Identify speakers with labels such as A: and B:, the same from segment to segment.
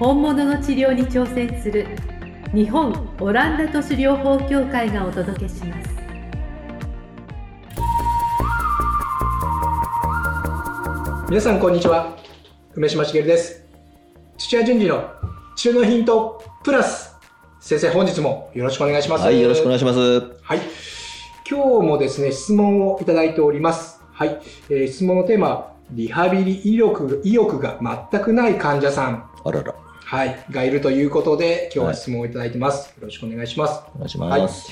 A: 本物の治療に挑戦する日本オランダ都市療法協会がお届けします
B: 皆さんこんにちは梅島茂です土屋順次の治療のヒントプラス先生本日もよろしくお願いします
C: はい、よろしくお願いします。
B: はい。今日もですね、質問をいただいております。はい。えー質問のテーマは、リハビリ意欲意欲が全くない患者さん、
C: あらら、
B: はい、がいるということで、今日は質問をいただいてます。よろしくお願いします。
C: お願いします。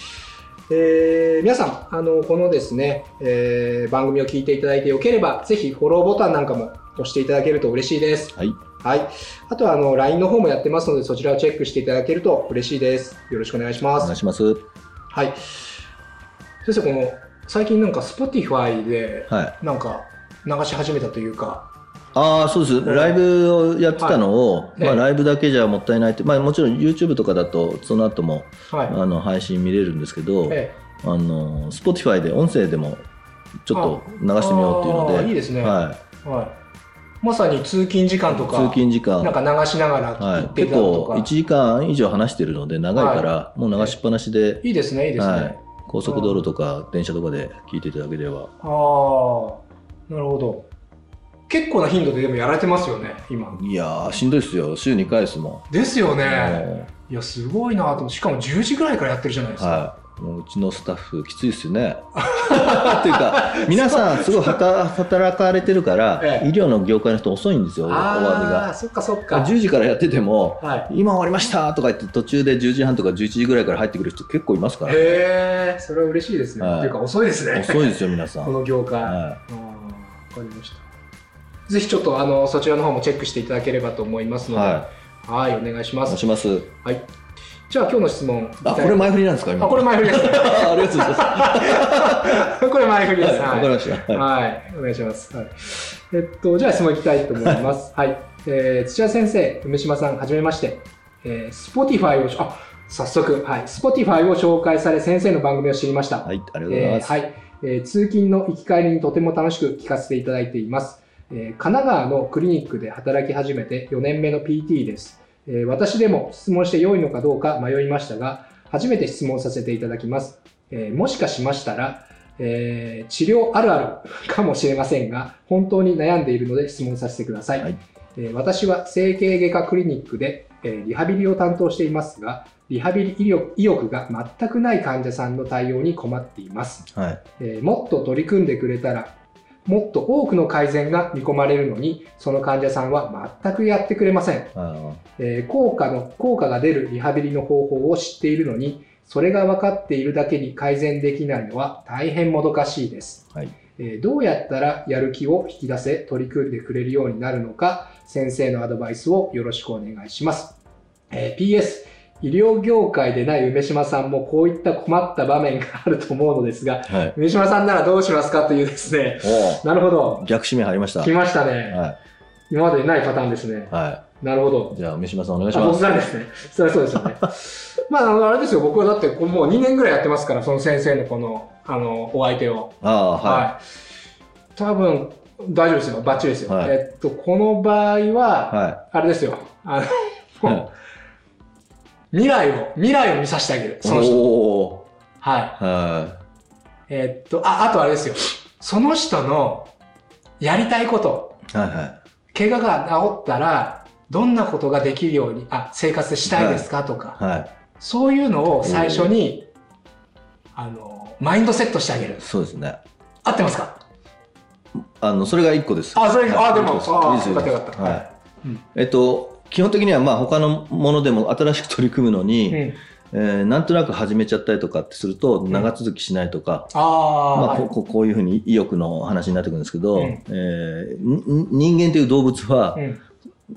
B: えー皆さん、あの、このですね、えー番組を聞いていただいてよければ、ぜひフォローボタンなんかも押していただけると嬉しいです。
C: はい、
B: はい。あとは、あの、LINE の方もやってますので、そちらをチェックしていただけると嬉しいです。よろしくお願いしま
C: お
B: す
C: 願い。します。はい、
B: はい。先生、この、最近なんか Spotify で、
C: あ
B: なんか、流し始めたというか、
C: あー、そうです。
B: ん
C: ライブをやってたのを、
B: い
C: ま
B: え
C: あ、
B: え
C: ライブだけじゃもったいないって、まあ、もちろん YouTube とかだと、その後も、
B: はい。
C: あの、配信見れるんですけど、
B: え
C: あの、Spotify で音声でも、ちょっと流してみようっていうの
B: あー
C: で、
B: いいですね
C: は
B: えはい。まさに通勤時間と
C: い、
B: か、
C: 通勤時間
B: な、んか流しながら
C: は
B: 聞
C: い
B: い、て
C: 結
B: たと
C: 構
B: か、
C: 1時間以上話してるので、長いから、もう流しっぱなしで、
B: いいですね、いいですね。
C: はい高速道路とか電車とかで聞いていただければ、
B: ああ、なるほど。結構な頻度ででもやられてますよね、今。
C: いやー、しんどいっすよ、週2回ですもん。
B: ですよね。
C: も
B: いや、すごいなと思って、しかも10時ぐらいからやってるじゃないで
C: う
B: すか。
C: はい、もううちのスタッフ、きついっすよね。 ってい うか、皆さん、すごい働働かれてるから、
B: ええ
C: 医療の業界の人、遅いんですよ、終
B: あ
C: わ
B: あ、そっかそっ
C: りが。
B: か。
C: 10時からやってても、
B: はい。
C: 今終わりましたとか言って、途中で10時半とか11時ぐらいから入ってくる人、結構いますから、
B: へえ、それは嬉しいですね。
C: はい
B: っていうか、遅いですね。
C: 遅いですよ、皆さ
B: こ
C: ん。
B: の業界。わ、
C: は
B: かりました。ぜひちょっとあのそちらの方もチェックしていただければと思います
C: い、
B: ので、
C: は
B: はい、お願いし
C: い、
B: ま
C: お願い
B: す。
C: します。
B: はい。じゃあ今日の質問。
C: あ、これ前振りなんですか、今。
B: あこれ前振りですね。
C: あありがとうござ います。は
B: これ前振りです。
C: い、わかりました。はい
B: はい、お願いします。はい、えっと、じゃあ質問いきたいと思い ます。はい、えー土屋先生、梅島さん、はじめまして。えー、Spotify をし、あ、早速、はい、Spotify を紹介され、先生の番組を知りました。
C: はい、ありがとうござい
B: え
C: ま
B: ー
C: す。
B: はい、えー通勤の行き帰りにとても楽しく聞かせていただいています、えー神奈川のクリニックで働き始めて4年目の PT です、えー私でも質問して良いのかどうか迷いましたが初めて質問させていただきます、えーもしかしましたら、えー治療あるある かもしれませんが本当に悩んでいるので質問させてください、
C: はい
B: えー私は整形外科クリニックで、えーリハビリを担当していますがリハビリ意欲意欲が全くない患者さんの対応に困っています
C: はい、
B: えーもっと取り組んでくれたらもっと多くの改善が見込まれるのにその患者さんは全くやってくれません、
C: あの
B: えー効果の効果が出るリハビリの方法を知っているのにそれが分かっているだけに改善できないのは大変もどかしいです、
C: はい
B: えーどうやったらやる気を引き出せ取り組んでくれるようになるのか先生のアドバイスをよろしくお願いします、えー PS 医療業界でない梅島さんもこういった困った場面があると思うのですが
C: はい、
B: 上島さんならどうしますかというですね。
C: お
B: なるほど
C: お、。逆指名入りました。
B: 来ましたね。
C: は
B: 今までにないパターンですね
C: い、。は
B: なるほど
C: い、。じゃあ、三島さん、お願いし
B: あ、
C: ます
B: 僕。なんですね。そりゃそうですよね。 まあ、あの、あれですよ。僕はだって、こうもう2年ぐらいやってますから、その先生のこの、あの、お相手を。。
C: ああ、はい
B: 多分、大丈夫ですよ。バッチリですよ。
C: はい
B: えっと、この場合
C: い。
B: は、
C: は
B: あれですよ。あの、
C: い。
B: もう未来を、未来を見させてあげる。その人。
C: お
B: はい。
C: ーは
B: えっと、あ、あとあれですよ。その人の、やりたいこと。
C: い。はいは
B: 怪我が治ったら、どんなことができるように、あ、生活したいですかとか、
C: い。は
B: そういうのを最初に、あの、マインドセットしてあげる
C: い。。そうですね。
B: 合ってますか
C: あの、それが一個です。
B: あそれが
C: はい
B: あでも
C: 一個す
B: あ
C: いいです
B: よかった
C: いい
B: よ
C: で
B: か
C: す
B: った
C: は
B: はいうん。
C: えっと、基本的には、まあ、他のものでも新しく取り組むの
B: う
C: に、
B: ん。
C: えーなんとなく始めちゃったりとかってすると、長続きしないとか、
B: ああ、
C: まあ、
B: はい
C: こここういうふうに意欲の話になってくるんですけど、
B: うん
C: えーに人間という動物は
B: うん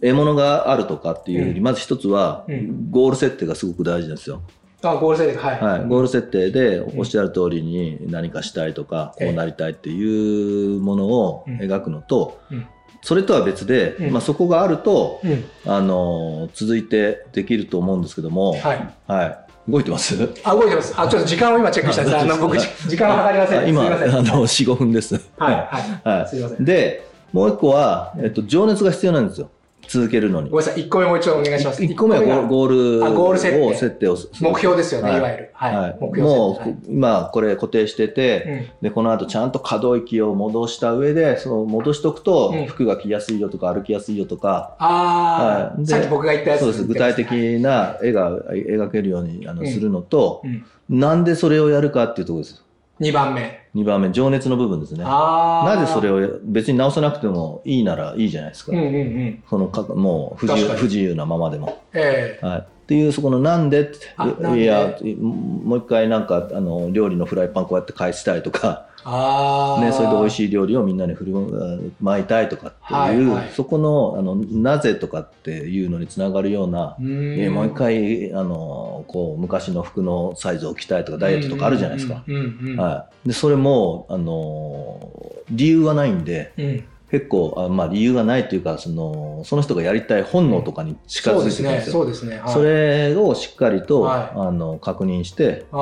C: 獲物があるとかっていうより、まず一つは、
B: うん
C: ゴール設定がすごく大事なんですよ。
B: あ、ゴール設定、はい。
C: はい、ゴール設定で
B: ん
C: おっしゃる通りに何かしたいとか、
B: ええ
C: こうなりたいっていうものを
B: うん
C: 描くのと、
B: うん
C: それとは別で、
B: うん
C: まあ、そこがあると、
B: うん。
C: あのー続いてできると思うんですけども、はい
B: はい。
C: 動いてます
B: あ、動いてます。あ、ちょっと時間を今チェックしたんです。あの、僕、じ時間はかかりませ
C: あ
B: ん。
C: 今
B: す
C: あ
B: いま
C: の
B: せん。
C: 45分です、
B: はい、は。
C: はい
B: すいません
C: い、。でもう一個は、えっと、情熱が必要なんですよ続けるのに
B: ごめんなさい、1個目もう一度お願いします。
C: 1個目は
B: 一
C: ゴ
B: が
C: ーゴール
B: あゴール設定
C: を設定をす
B: 目標ですよね、
C: はい
B: い、わゆる。はい。
C: はい、
B: 目標
C: もう、
B: 設定はい
C: 今これ固定してて、
B: うん
C: でこの後ちゃんと可動域を戻した上でその戻しとくと、
B: うん
C: 服が着やすいよとか歩きやすいよとか
B: ああ、
C: はいで
B: さっき僕が言ったやつ
C: そうです具体的な絵が描けるようにあの、
B: うん
C: するのと、
B: うん
C: なんでそれをやるかっていうところです
B: 2番目。
C: 2番目情熱の部分ですね
B: ああ。
C: なぜそれ
B: を。
C: をや別に直さなくてもいいならいいじゃないですか、
B: うんうんうん。
C: そのかもう不自
B: 確か
C: 由
B: に
C: 不自由なままでも、
B: ええ
C: はい、っていうそこのなんでって
B: あなんで
C: いやもう一回なんかあの料理のフライパンこうやって返したいとか
B: ああ。
C: ね、それで美味
B: い。
C: しい料理をみんなに振る舞巻いたいとかっていう、
B: はいはい
C: そこのあのなぜとかっていうのにつながるような
B: う、ーん
C: えもう一回あのこう昔の服のサイズを着たいとかダイエットとかあるじゃないですか、。
B: うんうんうん。
C: はい、でそれもあの理由はないんで
B: うん
C: 結構あ、まあ、理由がないというかそのその人がやりたい本能とかに近
B: そう
C: づ
B: で
C: いて
B: す
C: くるん
B: ね、
C: ですよ。
B: そうですね。はい
C: それをしっかりと、
B: はい
C: あの確認して
B: あ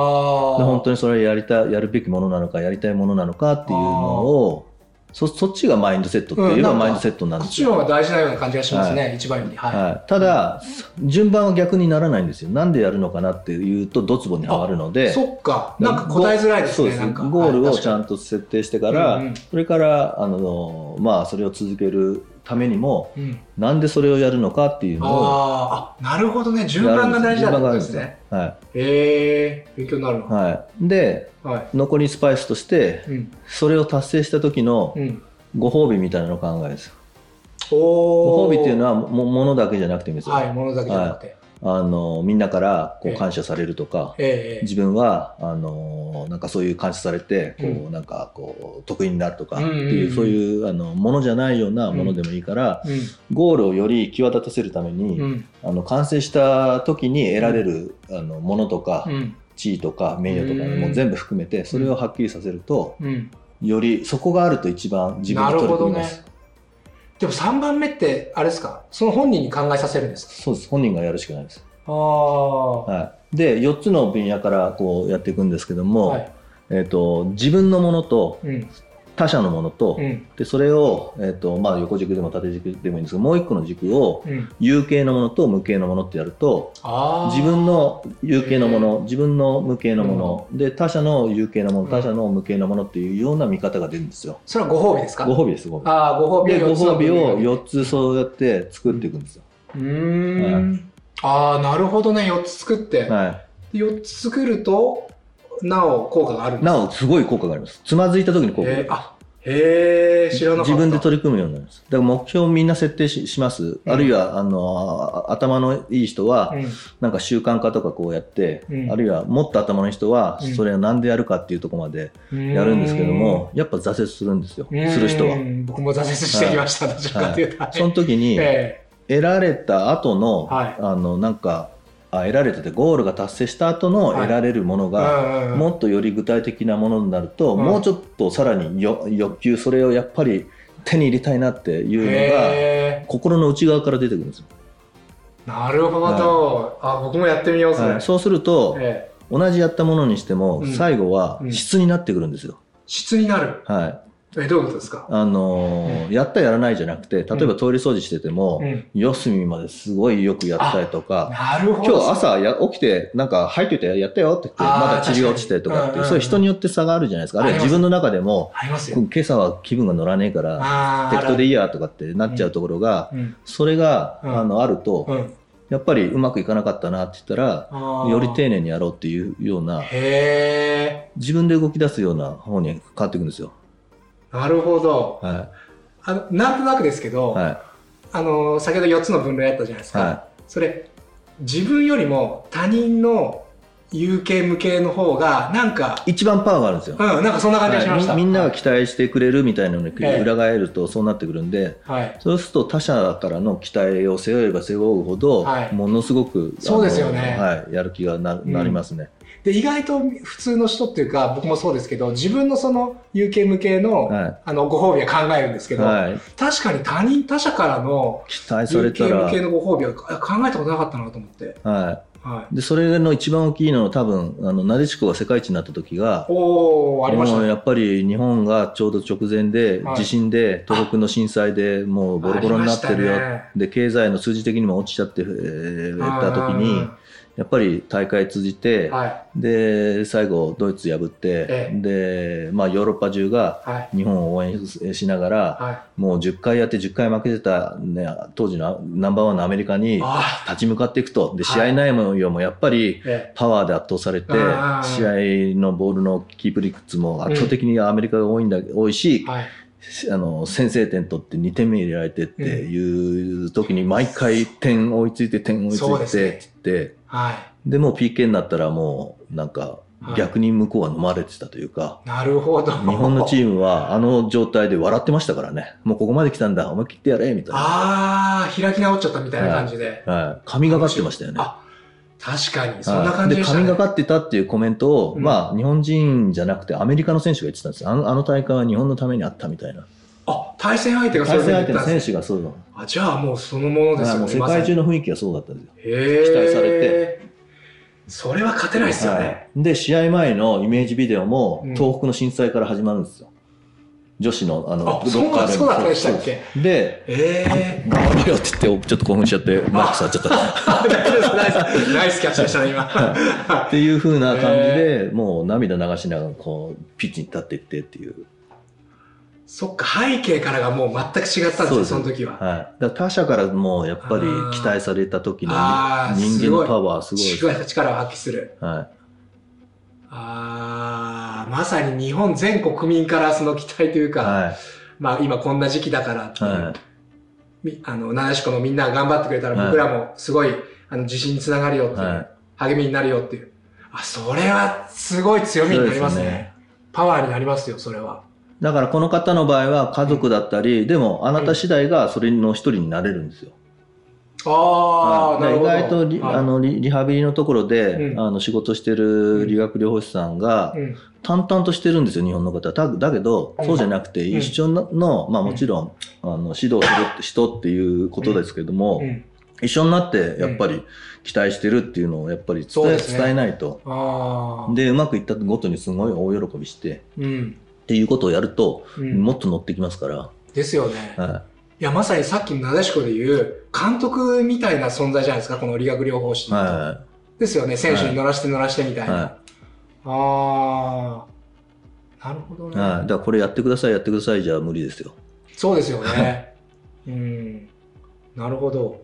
B: あ。
C: で本当にそれやりたいやるべきものなのかやりたいものなのかっていうのをそそっちがマインドセットって
B: う
C: い
B: ん
C: え
B: な
C: ば
B: んか
C: マインドセットなん
B: こっ
C: です
B: ち
C: よ、
B: の方が大事なような感じがしますね、一番より。はい。
C: はい、ただ順番は逆にならないんですよなんでやるのかなっていうとドツボにはまるので
B: そっか、なんか答えづらいです
C: そう
B: ね、なんか。
C: ゴールをちゃ
B: と。
C: んと設定してから、
B: うんうん
C: それからあの、まあ、それを続けるためにも
B: うん
C: なんでそれをやるのかっていうのを
B: あーあ、なるほどね、順
C: やる
B: 番
C: ん
B: が大
C: です
B: 事だって
C: 順番
B: こ
C: が
B: と
C: ある
B: で
C: んですすよ
B: ね。
C: は
B: へえ、勉強になる
C: い
B: の。
C: はい、で
B: はい。
C: 残りスパイスとして
B: うん。
C: それを達成した時の
B: うん。
C: ご褒美みたいなのを考えです
B: お
C: ご褒美っていうの
B: は、
C: はもものだけじゃなくてもいいですよ、
B: はい、ものだけじゃなくて。
C: あのみんなからこ
B: え
C: う
B: え
C: 感謝されるとか、
B: ええ
C: 自分はあのなんかそういう感謝されてこう、
B: う
C: なんかこう得意になるとかっ
B: う
C: て
B: んうんうん
C: いう,、そういうあのものじゃないようなものでもいいから、
B: ええ
C: ゴールをより際立たせるため
B: う
C: に、
B: ん。うん。
C: あの完成した時に得られる、あのものとか、
B: うん。
C: 地位とか名誉とか、
B: うん
C: もう全部含めてそれをはっきりさせると、
B: うん。
C: よりそこがあると一番自分に取り組みます、
B: なでも3番目って、あれですか、その本人に考えさせるんですか
C: そうです本人がやるしかないです
B: ああ。は
C: はい、で4つの分野からこうやっていくんですけども、
B: い。
C: えー、と自分のものと
B: うん。
C: 他者のものと、
B: うん。
C: でそれを、えーとまあ、横軸でも縦軸でもいいんですけどもう一個の軸を
B: うん。
C: 有形のものと無形のものってやると
B: ああ。
C: 自分の有形のもの自分の無形のもの、で他者の有形のもの
B: うん
C: 他者の無形のものっていうような見方が出るんですよ。
B: それはご褒美ですか
C: ご褒美ですご褒
B: ああ、ご褒
C: 美
B: 美
C: でご
B: 四つの
C: 褒美を
B: 分野
C: 4つそうやって作っていくんですよ。
B: うーん。ああ、なるほどね。4つ作って。
C: は
B: 4つ作ると、なお効果があるん
C: い、
B: です
C: なおすごい効果があります。つまずいた時に効果があります
B: えー、あへえ、知らなかった。
C: 自分で取り組むようになります。だから目標をみんな設定しします。
B: うん
C: あるいは、あの、あ頭のいい人は、なんか習慣化とかこうやって、
B: うん
C: あるいはもっと頭のいい人は
B: うん、
C: それをなんでやるかっていうところまで
B: うん
C: やるんですけども、やっぱ挫折するんですよ。す
B: うん
C: る人は
B: う。ん僕も挫折してきました、どちらかというと。
C: その時に、
B: え
C: 得られた後の、
B: はい
C: あの、なんか、あ得られてて、ゴールが達成した後の
B: はい
C: 得られるもの
B: え
C: が、
B: うんうん
C: もっとより具体的なものになると、
B: うん
C: もうちょっとさらによ欲求それをやっぱり手に入れたいなっていうのが、
B: へ
C: 心の内側から出てくるんですよ、
B: ーなるほど。あ、僕もやってみよう、それ。
C: はいそうすると、
B: ええ
C: 同じやったものにしても、
B: うん
C: 最後は
B: うん
C: 質になってくるんですよ、
B: 質になる。
C: はい
B: え、どういうことですか
C: あのーやったやらないじゃなくて例えばトイレ掃除してても、
B: うん
C: 四隅まですごいよくやったりとか
B: なるほど。
C: 今日朝や起きてなんか入っといてやったよって言って
B: あー
C: まだ塵が落ちてとかっ
B: 確
C: て
B: かにうんうんうん
C: そういう人によって差があるじゃないですかあるい
B: あり
C: は
B: ます
C: 自分の中でも
B: ありますよ。
C: 今朝は気分が乗らねえから
B: あー
C: 適当でいいやとかってなっちゃうところが、
B: うん。
C: それが、
B: うん
C: あのあると、
B: うん
C: やっぱりうまくいかなかったなって言ったら
B: あー
C: より丁寧にやろうっていうような
B: へえ、
C: 自分で動き出すような方に変わっていくんですよ。
B: なるほど。
C: は
B: あのなんとなくですけ
C: い。
B: ど、
C: は
B: あの先ほど4つの分類やったじゃないです
C: い。
B: か、
C: は
B: それ自分よりも他人の UK 向けの方が、なんか、
C: 一番パワーがあるんですよ
B: う。ん、なんかそんな感じがしました。
C: はいみみんなが
B: 来
C: 期待してくれるみたいなのに
B: ええ
C: 裏返るとそうなってくるんで、
B: た。はい。
C: そうすると他者からの期待を背負えば背負うほど、
B: はい
C: ものすごくあの
B: そうですよね
C: はい、やる気がななりますね、
B: で、意外と普通の人っていうか、僕もそうですけど、自分のその UK 向けの、
C: は
B: あの、ご褒美は考えるんですけ
C: い
B: ど、
C: はい、
B: 確かに他人、他者からの
C: 期待された
B: UK
C: ら
B: 向けのご褒美はあ考えたことなかったなと思って。
C: は
B: はい。
C: い、でそれの一番大きいのは多分あのなでしこが世界一になった時が
B: おー、ありました
C: もう
B: ね。
C: やっぱり日本がちょうど直前で、
B: はい
C: 地震で東北の震災でもうボロボロになってるよ、
B: ありましたね
C: で経済の数字的にも落ちちゃって、えーた時
B: うんうんう
C: に
B: ん
C: やっぱり大会通じて、
B: はい。
C: で最後ドイツ破って、で、まあ、ヨーロッパ中が
B: はい。
C: 日本を応援しながら
B: はい。
C: もう10回やって10回負けてた、ね、当時のナンバーワンのアメリカに
B: あ
C: 立ち向かっていくとで
B: はい
C: 試合内容もやっぱり
B: ーえ
C: パワーで圧倒されて
B: あー
C: 試合のボールのキープ率も圧倒的にアメリカが多いんだ、多いし
B: え、はい。
C: あの先制点取って2点目入れられてっていう時に毎回点追いついて点追いつ
B: そうで
C: い
B: すね
C: てって言って。
B: は
C: でもう PK になったらもうなんか
B: はい
C: 逆に向こうは飲まれてたというか、
B: い。なるほど。
C: 日本のチームはあの状態で笑ってましたからねもうここまで来たんだ思い切ってやれみたいな、
B: ああ、開き直っちゃったみたいな感じで。
C: はい、神がかってましたよね。
B: あ、確かに、そんな
C: はい
B: 感じ
C: で
B: でした、
C: 神
B: ね。
C: がかってたっていうコメントを、
B: うん
C: まあ、日本人じゃなくてアメリカの選手が言ってたんですよあのあの大会は日本のためにあったみたいな
B: あ、対戦相手がそう
C: 対
B: いうふうに言ったんで
C: 戦相手の
B: すね
C: 選手がそうだ
B: あ、じゃあもうそのものです
C: は
B: よ
C: いも
B: ね。
C: う世
B: まさ
C: 界
B: に
C: 中の雰囲気がそうだったんですよ
B: へー
C: 期待されて。
B: それは勝てないですよね。
C: はいで試合前のイメージビデオも、
B: うん
C: 東北の震災から始まるんですよ女子のあの
B: あ、そう
C: ロッカ
B: だ、
C: ールーム
B: そうだったでしたっ
C: そう
B: け
C: そうで
B: ええ
C: 頑張れよって言ってちょっと興奮しちゃって マーク触っちゃった
B: ー。大丈夫ですナイスナイスキャッチでしたね、今。
C: っていう風な感じで、もう涙流しながらこうピッチに立っていってっていう、
B: そっか、背景からがもう全く違ったんです
C: そう
B: よ、
C: です
B: その時は。
C: はい、だから他者からもやっぱり
B: あー
C: 期待された時の
B: あー
C: 人
B: す
C: 間
B: ご
C: の
B: い
C: パワーすごいです、
B: 力力を発揮する。
C: は
B: ああ、まさに日本全国民からその期待という
C: い
B: か、
C: は
B: まあ今こんな時期だからって
C: い
B: いう、
C: は
B: みあの、七しこのみんなが頑張ってくれたら
C: はい
B: 僕らもすごい、あの、自信につながるよってい
C: い、
B: う、
C: は
B: 励みになるよっていう。あ、それはすごい強みになります
C: そう
B: ね。
C: ですね
B: パワーになりますよ、それは。
C: い、だからこの方の場合は家族だったりでもあなた次第がそれの一人になれるんですよ
B: ああ、な
C: はい
B: る
C: 意
B: ほど。
C: 外とリ,、
B: はい
C: あ、のリリハビリのところで、
B: うん
C: あの仕事してる理学療法士さんが、
B: うん、
C: 淡々としてるんですよ日本の方だだけど
B: うん
C: そうじゃなくて
B: うん
C: 一緒の,、まあ、もちろん、あの指導するって人っていうことですけども、
B: うん。
C: 一緒になってやっぱり期待してるっていうのをやっぱり伝
B: そう
C: え,、
B: ですね
C: 伝えないと
B: ああ。
C: でうまくいったごとにすごい大喜びして
B: うん。
C: っていうことをやると、
B: うん
C: もっと乗ってきますから、
B: ですよね。
C: はい
B: や、まさにさっきのなでしこで言う、監督みたいな存在じゃないですか、この理学療法士
C: い、。は
B: ですよね、選手に乗らして乗らしてみたい
C: い
B: な。
C: は
B: ああ、なるほど
C: い
B: ね。
C: はい、だからこれやってくださいやってくださいじゃ無理ですよ
B: そうですよ ね。うん。なるほど。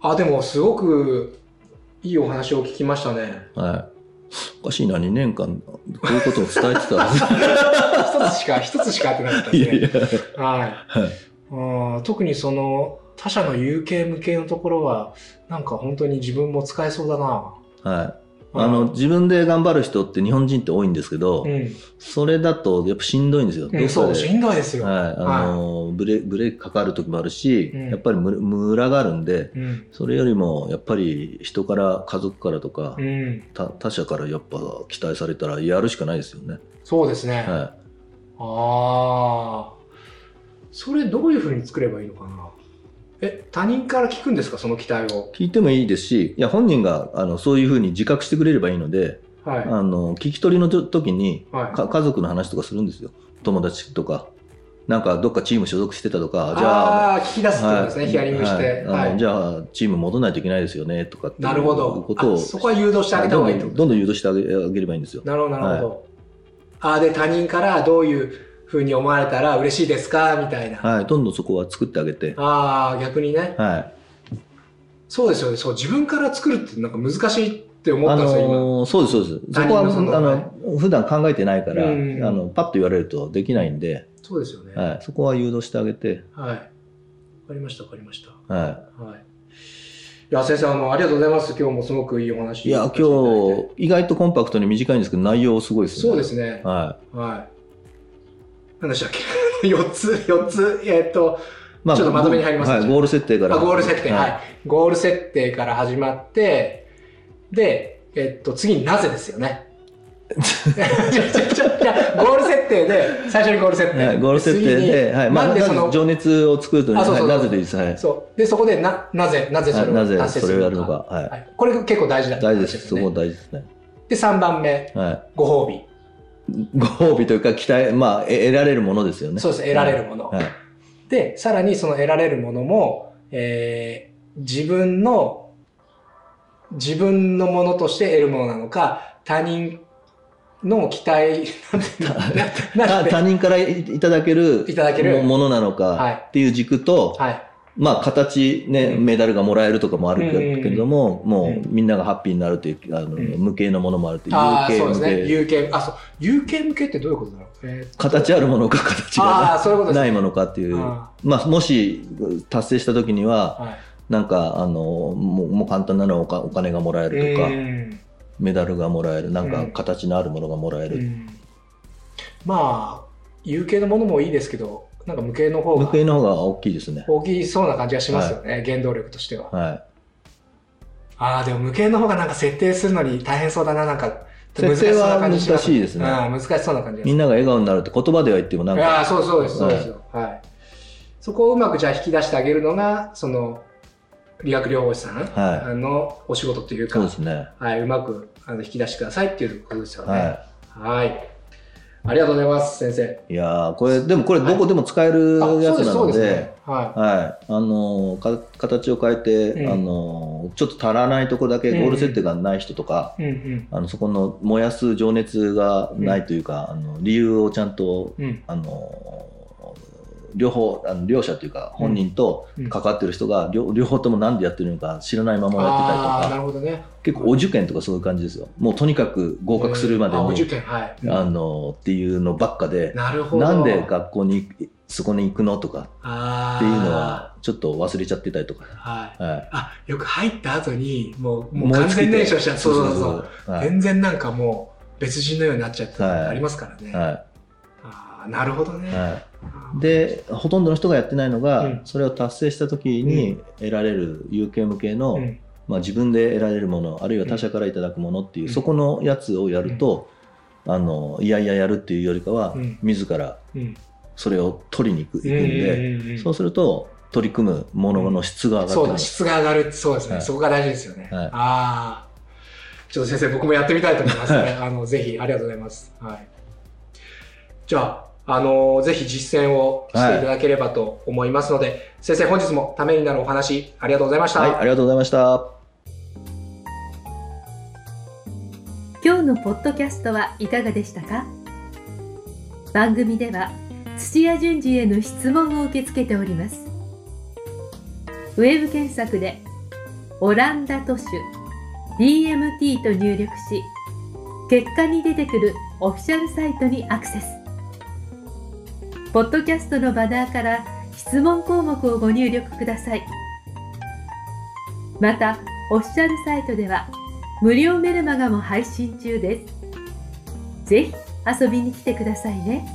B: あ、でも、すごくいいお話を聞きましたね。
C: はい。おかしいな、2年間、こういうことを伝えてた はず
B: 一つし か、一つしか合ってなかったで
C: い
B: す
C: やい
B: ね。
C: や。
B: はいうん。特にその、他者の有形無形のところは、なんか本当に自分も使えそうだな。
C: はい。あの、、自分で頑張る人って日本人って多いんですけど、
B: うん。
C: それだとやっぱしんどいんですよ。ど
B: うん、
C: っ
B: そ
C: か
B: う、しんどいですよ。
C: はい。あの、ブレ、ブレーキかかる時もあるし、
B: うん
C: やっぱりむムラがあるんで、
B: うん。
C: それよりも、やっぱり人から、家族からとか、
B: うん。
C: 他他者からやっぱ期待されたらやるしかないですよね。
B: そうですね。
C: は
B: ああ。それどういうふうに作ればいいのかなえ、他人から聞くんですかその期待を。
C: い。聞いてもいいですし、いや、本人が、あの、そういうふうに自覚してくれればいいので、
B: はい。
C: あの、聞き取りのと時に、
B: はい。
C: か家族の話とかするんですよ友達とかなんかどっかチーム所属してたとかじゃあ
B: あー、聞き出すってことですね。
C: はい
B: ヒアリングして。
C: はい
B: は
C: あの
B: い。
C: じゃあチーム戻らないといけないですよねとかっていう
B: なるほど。
C: こと
B: あ
C: を
B: そこは誘導してあげた方がいいって
C: どん
B: こ
C: どん
B: と
C: どんどん誘導してあげあげればいいんですよ
B: なるほど、なるほど。ああー、で、他人からどういうふうに思われたら嬉しいですかみたいな。
C: はいどんどんそこは作ってあげて
B: ああ、逆にね。
C: はい
B: そうですよね。そう、自分から作るってなんか難しいって思っ
C: あ
B: たんですよ、今。
C: のーそうですそうですそ
B: 他
C: こ
B: 人のその
C: はあの普段考えてないからあ
B: うん
C: のパッと言われるとできないんで
B: そうですよね。はい。
C: はいそこは誘導してあげて
B: わかりました、わかりました。
C: は
B: はい。いや、先生、あの、ありがとうございます。今日もすごくいいお話
C: いや、
B: 聞
C: 今
B: かせていただいて
C: 日、意外とコンパクトに短いんですけど、内容すごいですね。。
B: そうですすね。
C: は
B: はい。何でしたっけ ?4 つ、4つ、えーっと、
C: い。ま
B: ちょっとまとめに入ります
C: はい、ゴール設定から。
B: あゴール設定、はい、
C: い。
B: ゴール設定から始まって、で、えっと、次になぜですよ ね。じゃあじゃあじゃあじゃあゴール設定で、最初にゴール設定。
C: はいゴール設定
B: 次
C: で、
B: に
C: はい。まあ、
B: なん
C: ま
B: で
C: ず
B: その、
C: 情熱を作るとね、
B: あそう
C: は
B: そ
C: い、
B: う
C: なぜでいいです。はい。
B: そう。で、そこで、な、なぜ、なぜそ
C: は
B: れを
C: いなぜ
B: 達成
C: そ
B: す
C: れを
B: る
C: やるのか。。は
B: はい、これが結構大事だ
C: い。大事です。そこ
B: ね。
C: 大事ですね。
B: で、3番目、
C: は
B: ご褒美。
C: い。ご褒美というか、期待、まあ、え得られるものですよね。
B: そうです、得られるもの。
C: はい。
B: で、さらにその得られるものも、えー自分の、自分のものとして得るものなのか、他人の期待、 なんていうのな
C: た
B: なんて
C: 他人からいいただける
B: いただける
C: もものなの
B: はい
C: かっていう軸と、
B: はい。
C: まあ形ね、
B: うん
C: メダルがもらえるとかもあるけ
B: うん
C: けれども、も
B: うん
C: うみんながハッピーになるという、あの、
B: ん
C: 無形のものもあるという、
B: ああ、そうですね。
C: 有形無形、
B: 有形、あ、そう。有形向けってどういうことだろう。えー
C: 形あるものか形
B: あ
C: が
B: あ、そういうこと
C: な
B: ですね。
C: ないものかっていう、
B: あ
C: まあもし達成した時には、
B: はい。
C: なんかあの、もうもう簡単なのはおかお金がもらえるとか、
B: うん
C: メダルがもらえる、なん
B: う
C: か
B: ん
C: 形のあるものがもらえ
B: う
C: る。
B: んまあ、有形のものもいいですけど、なんか無形の方
C: 無
B: が
C: 形の方が大きいですね。
B: 大きそうな感じがしますよね、原動力としては。
C: はい。
B: ああ、でも無形の方がなんか設定するのに大変そうだな、なんか。
C: 設定は難しいですね
B: ああ、難しそうな感じが
C: みんなが笑顔になるって言葉では言ってもなん
B: ああ、
C: か、
B: そうそうです、そうですよ。はい。そこをうまくじゃあ引き出してあげるのが、その、理学療法士さん
C: は
B: のお仕事という
C: い。そう
B: か
C: で、すね。
B: はい、うまくあの引き出してくださいっていうことですよね。
C: は
B: はい。ありがとうございます、先生。
C: い。いやーこれ、でもこれどこでも使える
B: あそう
C: や
B: で
C: つ
B: す、
C: な
B: そう
C: の
B: です
C: で、
B: ね。は
C: はい、あのか形を変えて、
B: うん
C: あのちょっと足らないところだけ
B: うん
C: ゴール設定がない人とか、
B: い。うんうん。
C: あのそこの燃やす情熱がないというか、あの理由をちゃんと
B: うん。
C: あの両方あの両者というか本人と
B: うん
C: 関わってる人が両両方ともなんでやってるのか知らないままやってたりと
B: ああ、な
C: か
B: るほどね。
C: 結構お受験とかそういう感じですよもうとにかく合格するまで
B: あお受
C: に、
B: 験、はい。
C: あのっていうのばっかで
B: なるほど。
C: なんで学校にそこに行くのとか
B: ああ。
C: っていうの。はちょっと忘れちゃってたりとか。
B: はい。
C: はい
B: あ、よく入った後に、もう、もう
C: 燃え
B: 完
C: 尽きて
B: 全燃焼しちゃう。そうそうそう
C: うはい
B: 全然なんかもう、別人のようになっちゃった
C: はい
B: ありますからね。
C: は
B: あーなるほどね。
C: いは
B: あ
C: い、
B: ー
C: でほとんどの人がやってないのが、
B: うん
C: それを達成した時に得られる有形無形の、
B: うん
C: まあ、自分で得られるものあるいは他者からいただくものっていう、
B: うん
C: そこのやつをやると、あのいやいややるっていうよりかは、
B: うん
C: 自ら
B: うん
C: それを取りに行く行くん
B: うん
C: で、
B: うんうんうん
C: そうすると取り組むものの質が上がってく
B: そう
C: るん
B: だ、
C: です
B: 質が上がるってそうですね、
C: はい
B: そこが大事ですよね。
C: はい
B: ああ。ちょっと先生、僕もやってみたいと思い ます
C: は
B: ね。あの、ぜひ、ありがとうございます。はい。じゃあ、あのぜひ実践をしていただければと思いますので、先生、本日もためになるお話、ありがとうございました。
C: はい、ありがとうございました。
A: 今日のポッドキャストはいかがでしたか番組では土屋順次への質問を受け付けておりますウェブ検索で「オランダ都市 DMT」と入力し結果に出てくるオフィシャルサイトにアクセスポッドキャストのバナーから質問項目をご入力くださいまたオフィシャルサイトでは「無料メルマガも配信中です。ぜひ遊びに来てくださいね。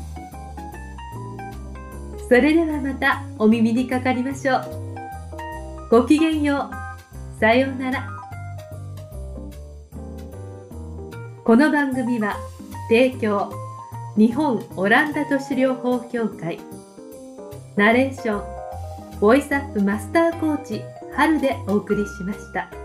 A: それではまたお耳にかかりましょう。ごきげんよう。さようなら。この番組は提供日本オランダ都市療法協会ナレーションボイスアップマスターコーチ春でお送りしました。